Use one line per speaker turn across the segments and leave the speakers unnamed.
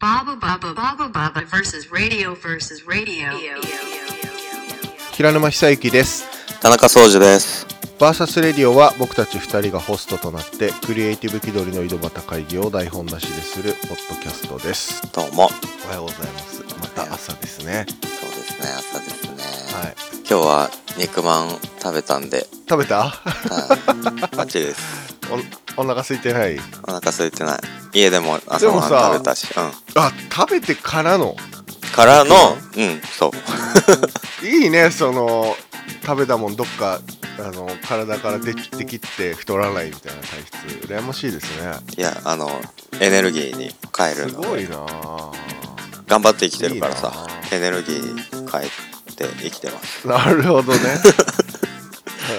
Baba Baba Baba Baba versus radio versus radio.
平沼久之です
田中総司です。
バーサスレディオは僕たち2人がホストとなってクリエイティブ気取りの井戸端会議を台本なしでするポッドキャストです
どうも。
おはようございますまた朝ですね
そうですね、朝ですね。
はい
今日は肉まん食べたんで、
食べた
はい。バッチリです。
おお腹空いてない
お腹空いてない。家でも朝ごは
で
ん
もさ
食べたし、う
あ食べてからの
ん。からの、うん、そう。
いいねその食べたもんどっかあの体からできてきって太らないみたいな体質羨ましいですね
いや、あの、エネルギーに変え
す
るの。
ごいなあ
頑張って生きてるからさ、
い
エネルギーに変えて生きてます。
なる ほどね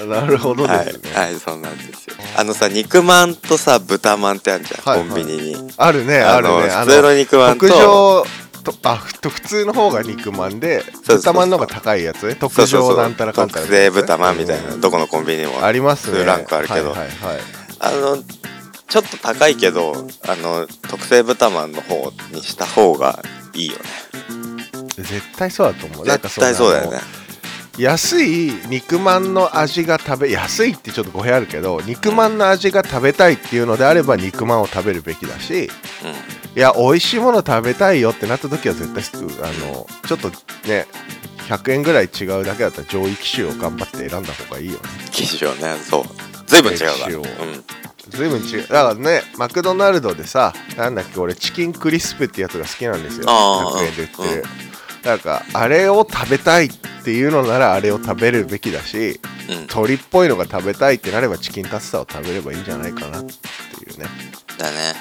なるほど
は
で
い
すね、、
はい、そうなんですよ。あのさ、肉まんとさ、豚まんってあるじゃ
は
ん、
いはい
コンビニに。
あるねあるね
の普通の肉まんと
特上とあふと普通の方が肉まんで
そうそうそう
豚まんの方が高いやつね
そ
特
うそうそ
上
う
なんたらかんたら
特製豚まんみたいな、
うん
どこのコンビニにも
ありますね
ランクあるけど
はいはいはい
あのちょっと高いけどあの特製豚まんの方にした方がいいよね
絶対そうだと思うなんか
絶対そうだよ
の
ね
安い肉まんの味が食べ安いってちょっと語弊あるけど肉まんの味が食べたいっていうのであれば肉まんを食べるべきだし
う
いや美味しいもの食べたいよってなった時は絶対すあのちょっとね100円ぐらい違うだけだったら上位機種を頑張って選んだ方がいいよね
ん生地をねそう随分違うから、
歴史
う
を
ん、
随分違うだからねマクドナルドでさなんだっけ俺チキンクリスプってやつが好きなんですよ
あー
100円で売ってる、
う
なんかあれを食べたいっていうのならあれを食べるべきだし
うん、
鳥っぽいのが食べたいってなればチキンタツタを食べればいいんじゃないかなっていうね、
だね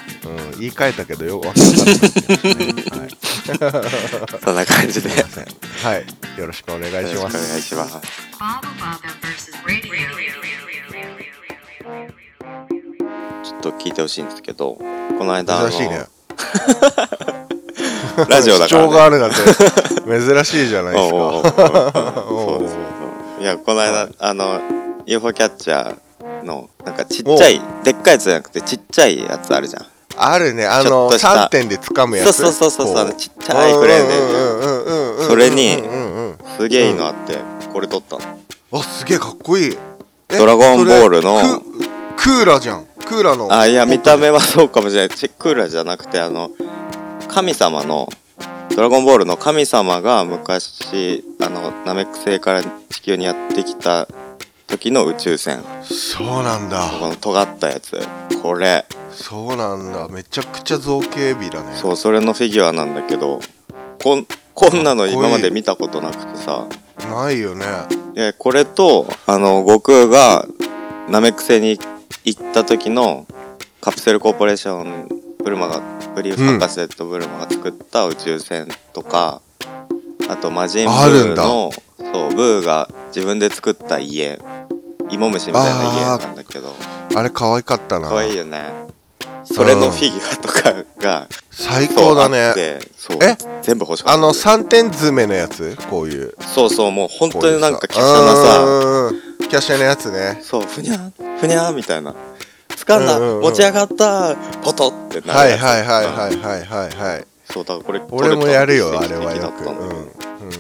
うん、言い換えたけどよくわかんなかったですね、は い、
そんな感じでよ
すいませんはいよろしくお願い
ろし
し
くお
ま
願い
す
します
Baba Baba versus radio.
ちょっと聞いてほしいんですけどこの間あの
珍しいね
ラジオだか
主張が
ら、ね、
あるなんて 珍しいじゃないです
お うおうおう
か
そうですよそういやこの間、
はい
あの UFO キャッチャーのなんかちっちゃいでっかいやつじゃなくてちっちゃいやつあるじゃん
あるねあ
ちょ
の
っとした
3点で掴むやつ
そうそうそうそう
こ
あのちっちゃいクレーンで
うんうんうんうんうんうんうんうん
それに
うんうんうん
すげえいいのあって、これ撮ったの
あすげえかっこいいえ
ドラゴンボールの
それククーラじゃんクーラの
あいや見た目はそうかもしれないチクーラじゃなくてあの神様の「ドラゴンボール」の神様が昔あのナメック星から地球にやってきた時の宇宙船
そうなん
こ
だ
の尖ったやつこれ
そうなんだめちゃくちゃ造形美だね
そうそれのフィギュアなんだけどこんこんなの今まで見たことなくてさ
ないよね
でこれとあの悟空がナメック星に行った時のカプセルコーポレーションブルマがブリーフ
うん
博士とブルマが作った宇宙船とか、あと魔人ブ
あるん
ー
だ
のそうブーが自分で作った家芋虫みたいな家なんだけど
あれ可愛かったな
可愛いよねそれのフィギュアとかが
最高だ
そうあっ
ね
てそう
え
全部欲しかった
あの3点詰めのやつこういう
そうそうもう本
こう
当
いう
に
さ
なんか華奢なさ
うんうんうん華奢なやつね
そう、ふにゃー、ふにゃーみたいな。掴んだ、
うんうんうん
持ち上がった、ポトってな
は
る
い
やつ
はいはいはいはいはいはい
そう、だからこれ、
俺もやるよあれは
や
よくうんうん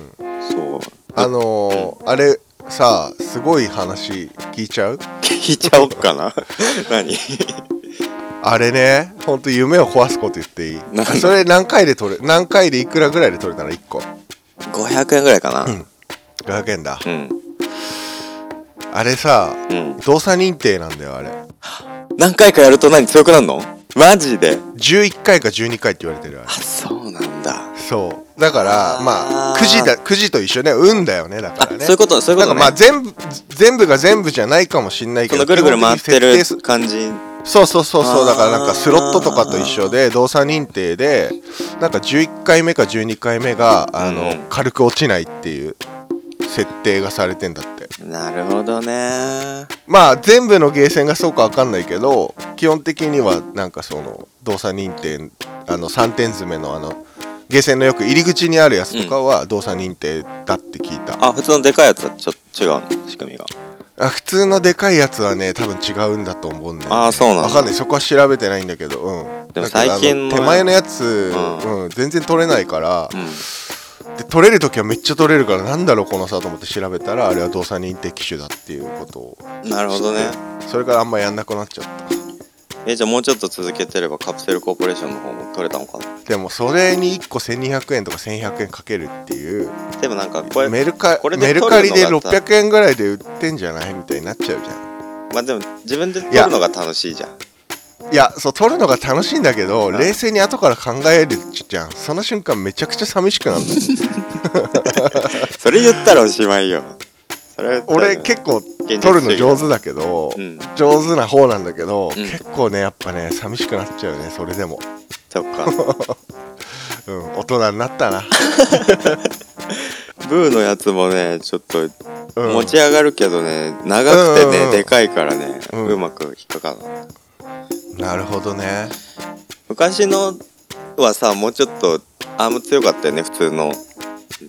そう。
あのーあれさすごい話聞いちゃう
聞いちゃおっ かな。何
あれねほんと夢を壊すこと言っていい
なんだ
それ何回で取る何回でいくらぐらいで取れたの1個
?500 円ぐらいかな。
ん500円だ
うん。
あれさ
うん。
動作認定なんだよあれ
何回かやると何強くなるのマジで。
11回か12回って言われてるあれ
あ、そうなんだ。
そうだから
あー
まあくじだくじと一緒ね運だよねだか
あ、
らね
そういうこと、そういう
だ
こ
から
と
まあ全
ね。
部全部が全部じゃないかもしんないけ
そ
ど
のぐるぐる回って
基本的
る
に設定す
感じ。
そうそうそうそう
あー
だからなんかスロットとかと一緒で動作認定でなんか11回目か12回目があの、
うん
軽く落ちないっていう設定がされてんだって
なるほどね。
まあ全部のゲーセンがそうかわかんないけど基本的にはなんかその動作認定あの3点詰めのあのゲーセンのよく入り口にあるやつとかは動作認定だって聞いた、
あ、普通のでかいやつはちょっと違うの仕組みが。
あ普通のでかいやつはね多分違うんだと思うんだよ、ね、
あーそうなんだ
わかんないそこは調べてないんだけどうん
でも
だから
最近
あ
も
の手前のやつ、
う
うん全然取れないから、
うん
で取れる時はめっちゃ取れるからなんだろうこの差と思って調べたらあれは動作認定機種だっていうことを
なるほどね
それからあんまやんなくなっちゃった
えじゃあもうちょっと続けてればカプセルコーポレーションの方も取れたのかな
でもそれに1個1200円とか1100円かけるっていう
でもなんかこれ
メルカ
これ
メ
で取
ル
るの
カリで
がさ
600円ぐらいで売ってんじゃないみたいになっちゃうじゃ
まあでも自分で取るのが楽しいじゃん
んいやそう取るのが楽しいんだけど
ん
冷静に後から考えるじゃんその瞬間めちゃくちゃ寂しくなる
それ言ったらおしまいよそれ
俺結構取
現実主義
るの上手だけど、
うん
上手な方なんだけど、
ん
結構ねやっぱね寂しくなっちゃうねそれでも、
そっか
うん、大人になったな、
ブーのやつもねちょっと
うん
持ち上がるけどね長くてね、
うんうんうん
でかいからね、
う
うんまく引っかかる
なるほどね
昔のはさもうちょっとアーム強かったよね普通の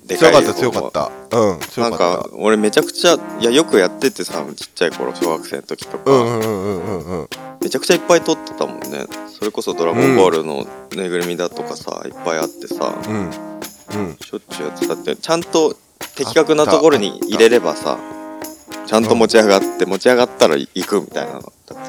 で
強
い
かった
方も
強かったうん
な
強
ん
かっ
か俺めちゃくちゃいやよくやっててさちっちゃい頃小学生の時と
た
か、
うんうんうんうんうんうん
めちゃくちゃいっぱい撮ってたもんねそれこそ「ドラゴンボール」のぬいぐるみだとかさいっぱいあってさ、
うんうん
しょっちゅうやってたってちゃんと的確なところに入れればさちゃんと持ち上がって持ち上がったら行くみたいなのだったじ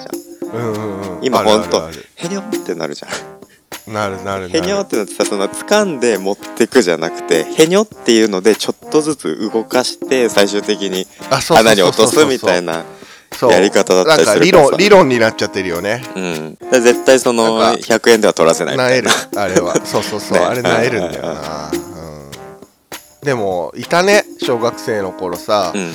ゃん
うんうんうん
今
あるある
ほんと
ある
へにょってなるじゃん
なるなるな
へ
る
にょってなってさその掴んで持ってくじゃなくてへにょっていうのでちょっとずつ動かして最終的に
あそうそうそうそう
穴に落とすみたいな
そう
やり方だったりするからさ
なんか理論理論になっちゃってるよね
うんだから絶対その
なんか
100円では取らせないみ
な
た
え
い
る
な
あれはそうそうそう、
ね
あれなえるんだよな、うん、でもいたね小学生の頃さ、
うん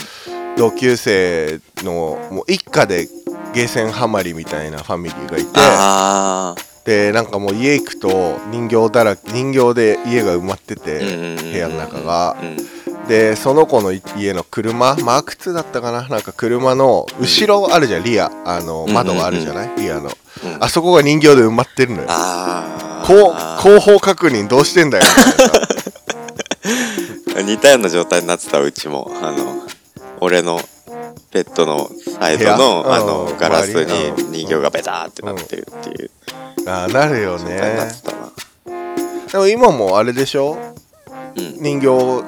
同級生のもう一家でゲーセンハマりみたいなファミリーがいて
ああ
でなんかもう家行くと人形だらけ人形で家が埋まってて、部
部
屋の中が
う、ん
でその子の家の車マーク2だったかななんか車の後ろあるじゃんリアあの
うん
窓があるじゃない、リアの
うん
あそこが人形で埋まってるのよ
あ
こう
あ
後方確認どうしてん だよみたいな
似たような状態になってたうちもあの俺のペットのサイド
部
の
屋
あ
う
の
ん
ガラス
周りの
に人形がベターってなってるっていう
あーなるよ
状態にな
ね
ってたな、
でも今もあれでしょ
うん
人形を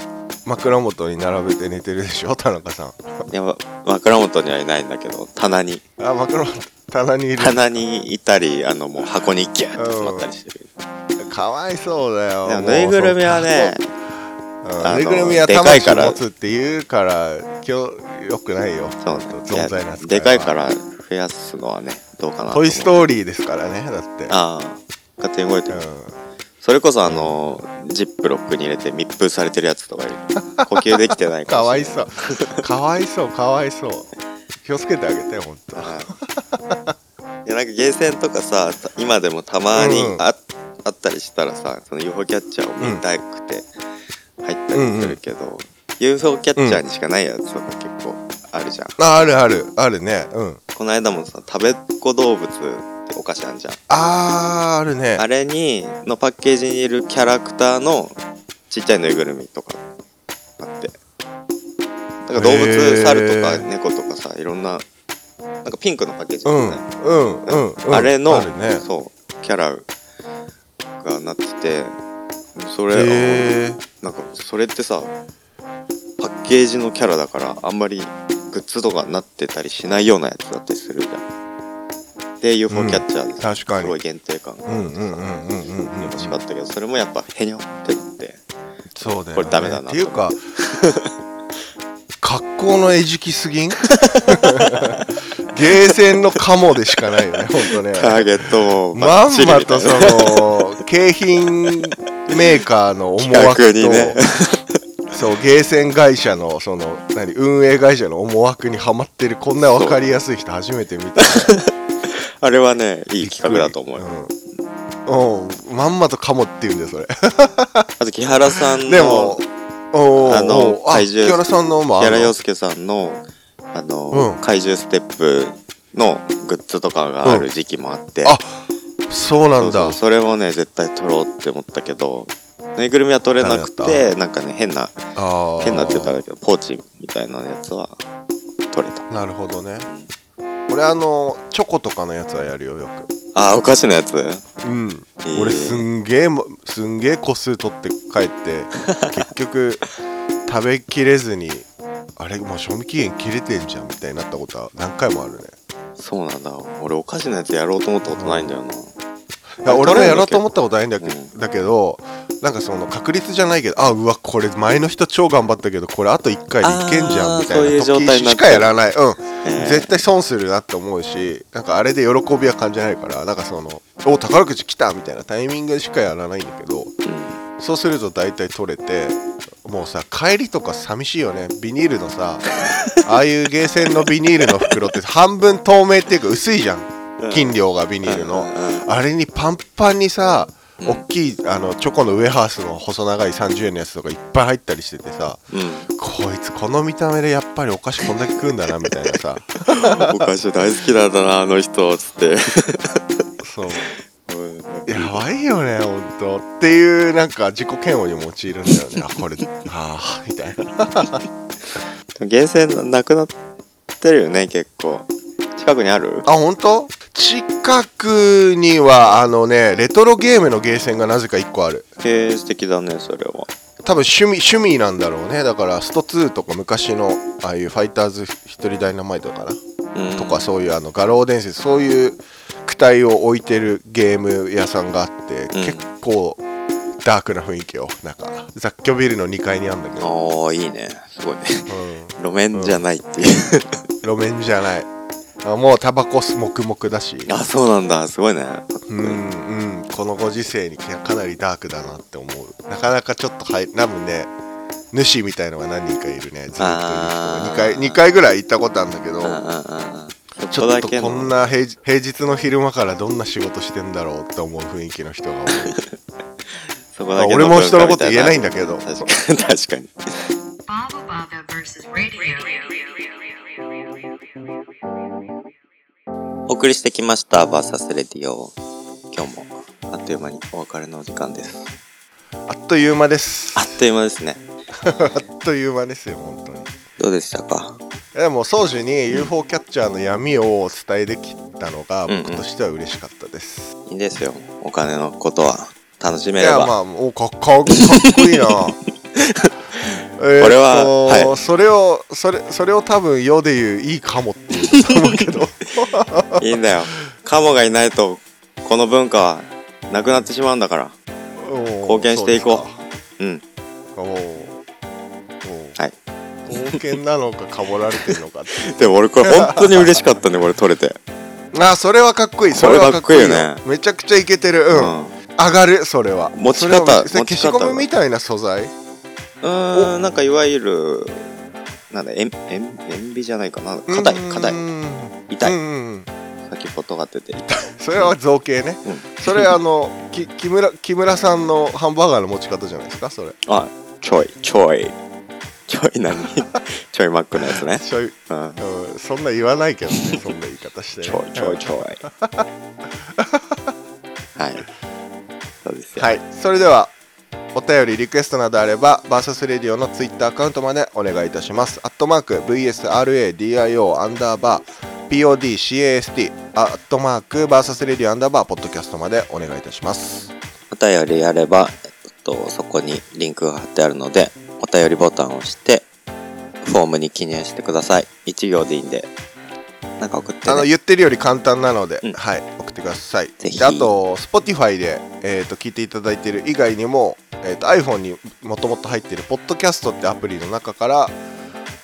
枕元に並べて寝てるでしょ 田中さん
いやま枕元にはいないんだけど棚に
あ枕元棚にいる
棚にいたりあのもう箱にギュッて詰まったりしてる、
かわいそうだよ
でもぬいぐるみはね
もうそう
あ
うんぬ
の
いぐるみは
でかい
魂
から
持つっていうから今日よくないよ
そう
存在な扱いはい
やでかいから増やすのはねどうかな
トイ・ス
ー
トーリーですからねだって
ああ勝手に動いて
う
る、
ん
それこそあのジップロックに入れて密封されてるやつとかいる呼吸できてない
か
もし
わ
れ
い
ない
そうかわいそうかわいそう気をつけてあげてほん と
はいいやなんかゲーセンとかさた今でもたまに
うん
あ,、あったりしたらさその UFO キャッチャーを見たくて入ったりするけど、UFO キャッチャーにしかないやつとか結構あるじゃん、
ああるあるあるねうん
この間もさ食べっ子動物ってお菓子あんじゃん
あーあるね
あれにのパッケージにいるキャラクターのちっちゃいぬいぐるみとかあってなんか動
へー
物猿とか猫とかさいろんななんかピンクのパッケージだ
う
よね、
んうんうんうん
あれの
るね
そうキャラがなっててそれ、
へえ
なんかそれってさパッケージのキャラだからあんまりグッズとかになってたりしないようなやつだったりするじゃんで UFO キャッチャーでさ、
確かに
すごい限定感が
うんうんうんうんうんうん
欲しかったけどそれもやっぱへにょってなって
そうだよ、ね、
これダメだな
っていう か格好の餌食すぎん ゲーセンのカモでしかないよねほんとね
ターゲットを
まんまとそ
そ
の景品メーカーの思 惑と、
企画にね
そうゲーセン会社のその何運営会社の思惑にはまってるこんな分かりやすい人初めて見た
あれはねいい企画だと思うよ、
うん、うん、まんまとカモって言うんだよそれ
あと木原さんの
でもおー
あの
おーあ
怪獣
木原さんのも
木
ある
原
の
洋介さんのあの、
うん
怪獣ステップのグッズとかがある時期もあって、
あそうな
そ
ん
うそ
だ
うそれもね絶対取ろうって思ったけどぬいぐるみは取れなく
ダメだ
てなんかね変な
あー
変なって言ったらあれだけどポーチみたいなやつは取れた
なるほどね俺あのチョコとかのやつはやるよよく
あーお菓子のやつ
うん
ー
俺すんげえもすんげえ個数取って帰って 結局食べきれずにあれもう賞味期限切れてんじゃんみたいになったことは何回もあるね
そうなんだ俺お菓子のやつやろうと思ったことないんだよな、
いや
あ
俺も
取れる
や
んだ
ろうと思ったことないんだけど,、
う
だけどなんかその確率じゃないけどあうわこれ前の人超頑張ったけどこれあと1回でいけんじゃ
あー
んみたいな
そういう状態に
時
なっ
してか
る
やらない、うん
えー
絶対損するなって思うしなんかあれで喜びは感じないからなんかそのお宝くじ来たみたいなタイミングしかやらないんだけどそうすると大体取れてもうさ帰りとか寂しいよねビニールのさああいうゲーセンのビニールの袋って半分透明っていうか薄いじゃ
うん
ん金量がビニールの
うんうん
あれにパンパンにさ
うん
大きいあのチョコのウェハースの細長い30円のやつとかいっぱい入ったりしててさ
うん
こいつこの見た目でやっぱりお菓子こんだけ食うんだなみたいなさ
お菓子大好きなんだなあの人つって
そう
うん
やばいよねほんとっていうなんか自己嫌悪に陥るんだよねあこれああみたいな
ゲーセンなくなってるよね結構近くにある
あ本当近くにはあのねレトロゲームのゲーセンがなぜか1個ある
経営素敵だねそれは
多分趣味趣味なんだろうねだからスト2とか昔のああいうファイターズ一人ダイナマイトかな
うん
とかそういうあの画廊伝説そういう躯体を置いてるゲーム屋さんがあって、
うん
結構ダークな雰囲気をなんか雑居ビルの2階にあるんだけど、
ああいいねすごいね
うん
路面じゃないっていう、
路面じゃないあもうタバコ吸黙々だし
あそうなんだすごいね
うんうんこのご時世にかかなりダークだなって思うなかなかちょっと入多分ね主みたいのが何人かいるねずっといる人
あー
2回二回ぐらい行ったことあるんだけど
うんうんうんうん
ちょっとこんな平日平日の昼間からどんな仕事してんだろうって思う雰囲気の人が多い
そこだけ
俺も人のこと言えないんだけど
確かに確かに
Baba Baba versus radio.
お送りしてきましたバーサスレディオ今日もあっという間にお別れのお時間です
あっという間です
あっという間ですね
あっという間ですよ本当にい
どうでしたか
やでも宗樹に UFO キャッチャーの闇をお伝えできたのが
うんうん
僕としては嬉しかったです、
いいんですよお金のことは楽しめ
い
れ
や
ば、
まあおかっかかっこいいな えーっと
俺ははい
それをそれそれを多分世で言ういいかもって言うと思うけど
いいんだよカモがいないとこの文化はなくなってしまうんだから貢
貢
献していこううん
おお
はい
貢献なのかかぼられてるのかって いう
でも俺これ本当に嬉しかったねこれ取れて
あそれはかっこいいそれはかっこいい
これかっこいいよね
めちゃくちゃいけてる
う
うん、上がるそれは
持
そ
ち方
れはそれ
持ち
消
方
しゴムみたいな素材
うーんなんかいわゆるなんだ塩塩塩ビじゃないかな硬い硬い痛い
い
先っぽ尖ってて痛い
それは造形ね、
うん
それはあのき木村木村さんのハンバーガーの持ち方じゃないですかそれ
あちょいちょいちょい何 ちょいマックのやつね、
ちょい、
うん、
うん、そんな言わない けどねそんな言い方して
ちょいちょ いちょいはいそうですよ
はい、それではお便りリクエストなどあればバーサスレディオのツイッターアカウントまでお願いいたします。アットマーク VSRADIO アンダーバー PODCAST アットマークバーサスレディオアンダーバーポッドキャストまでお願いいたします。
お便りあれば、えっと、そこにリンクが貼ってあるので、お便りボタンを押して、フォームに記入してください。1行でいいんで。なんか送って、
あの
ね。
言ってるより簡単なので、
うん
はい送ってください。
ぜひ
であと Spotify でえっ、と聞いていただいてる以外にもえっ、と iPhone にもともと入ってるポッドキャストってアプリの中から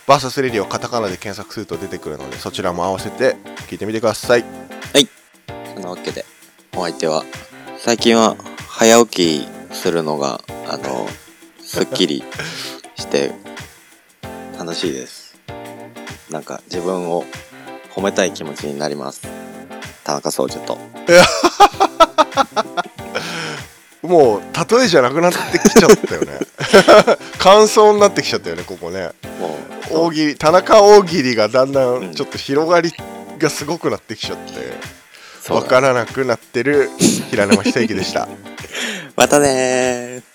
バーサスレディオカタカナで検索すると出てくるのでそちらも合わせて聞いてみてください。
そんなわけで、お相手は、最近は早起きするのが、あの、すっきりして、楽しいです。なんか自分を褒めたい気持ちになります。田中総司と。
もう例えじゃなくなってきちゃったよね 感想になってきちゃったよねここね
もう、
大喜利田中大喜利がだんだ
うん
んちょっと広がりがすごくなってきちゃって
そう
わ
だ
からなくなってる平沼久之でした
またねー。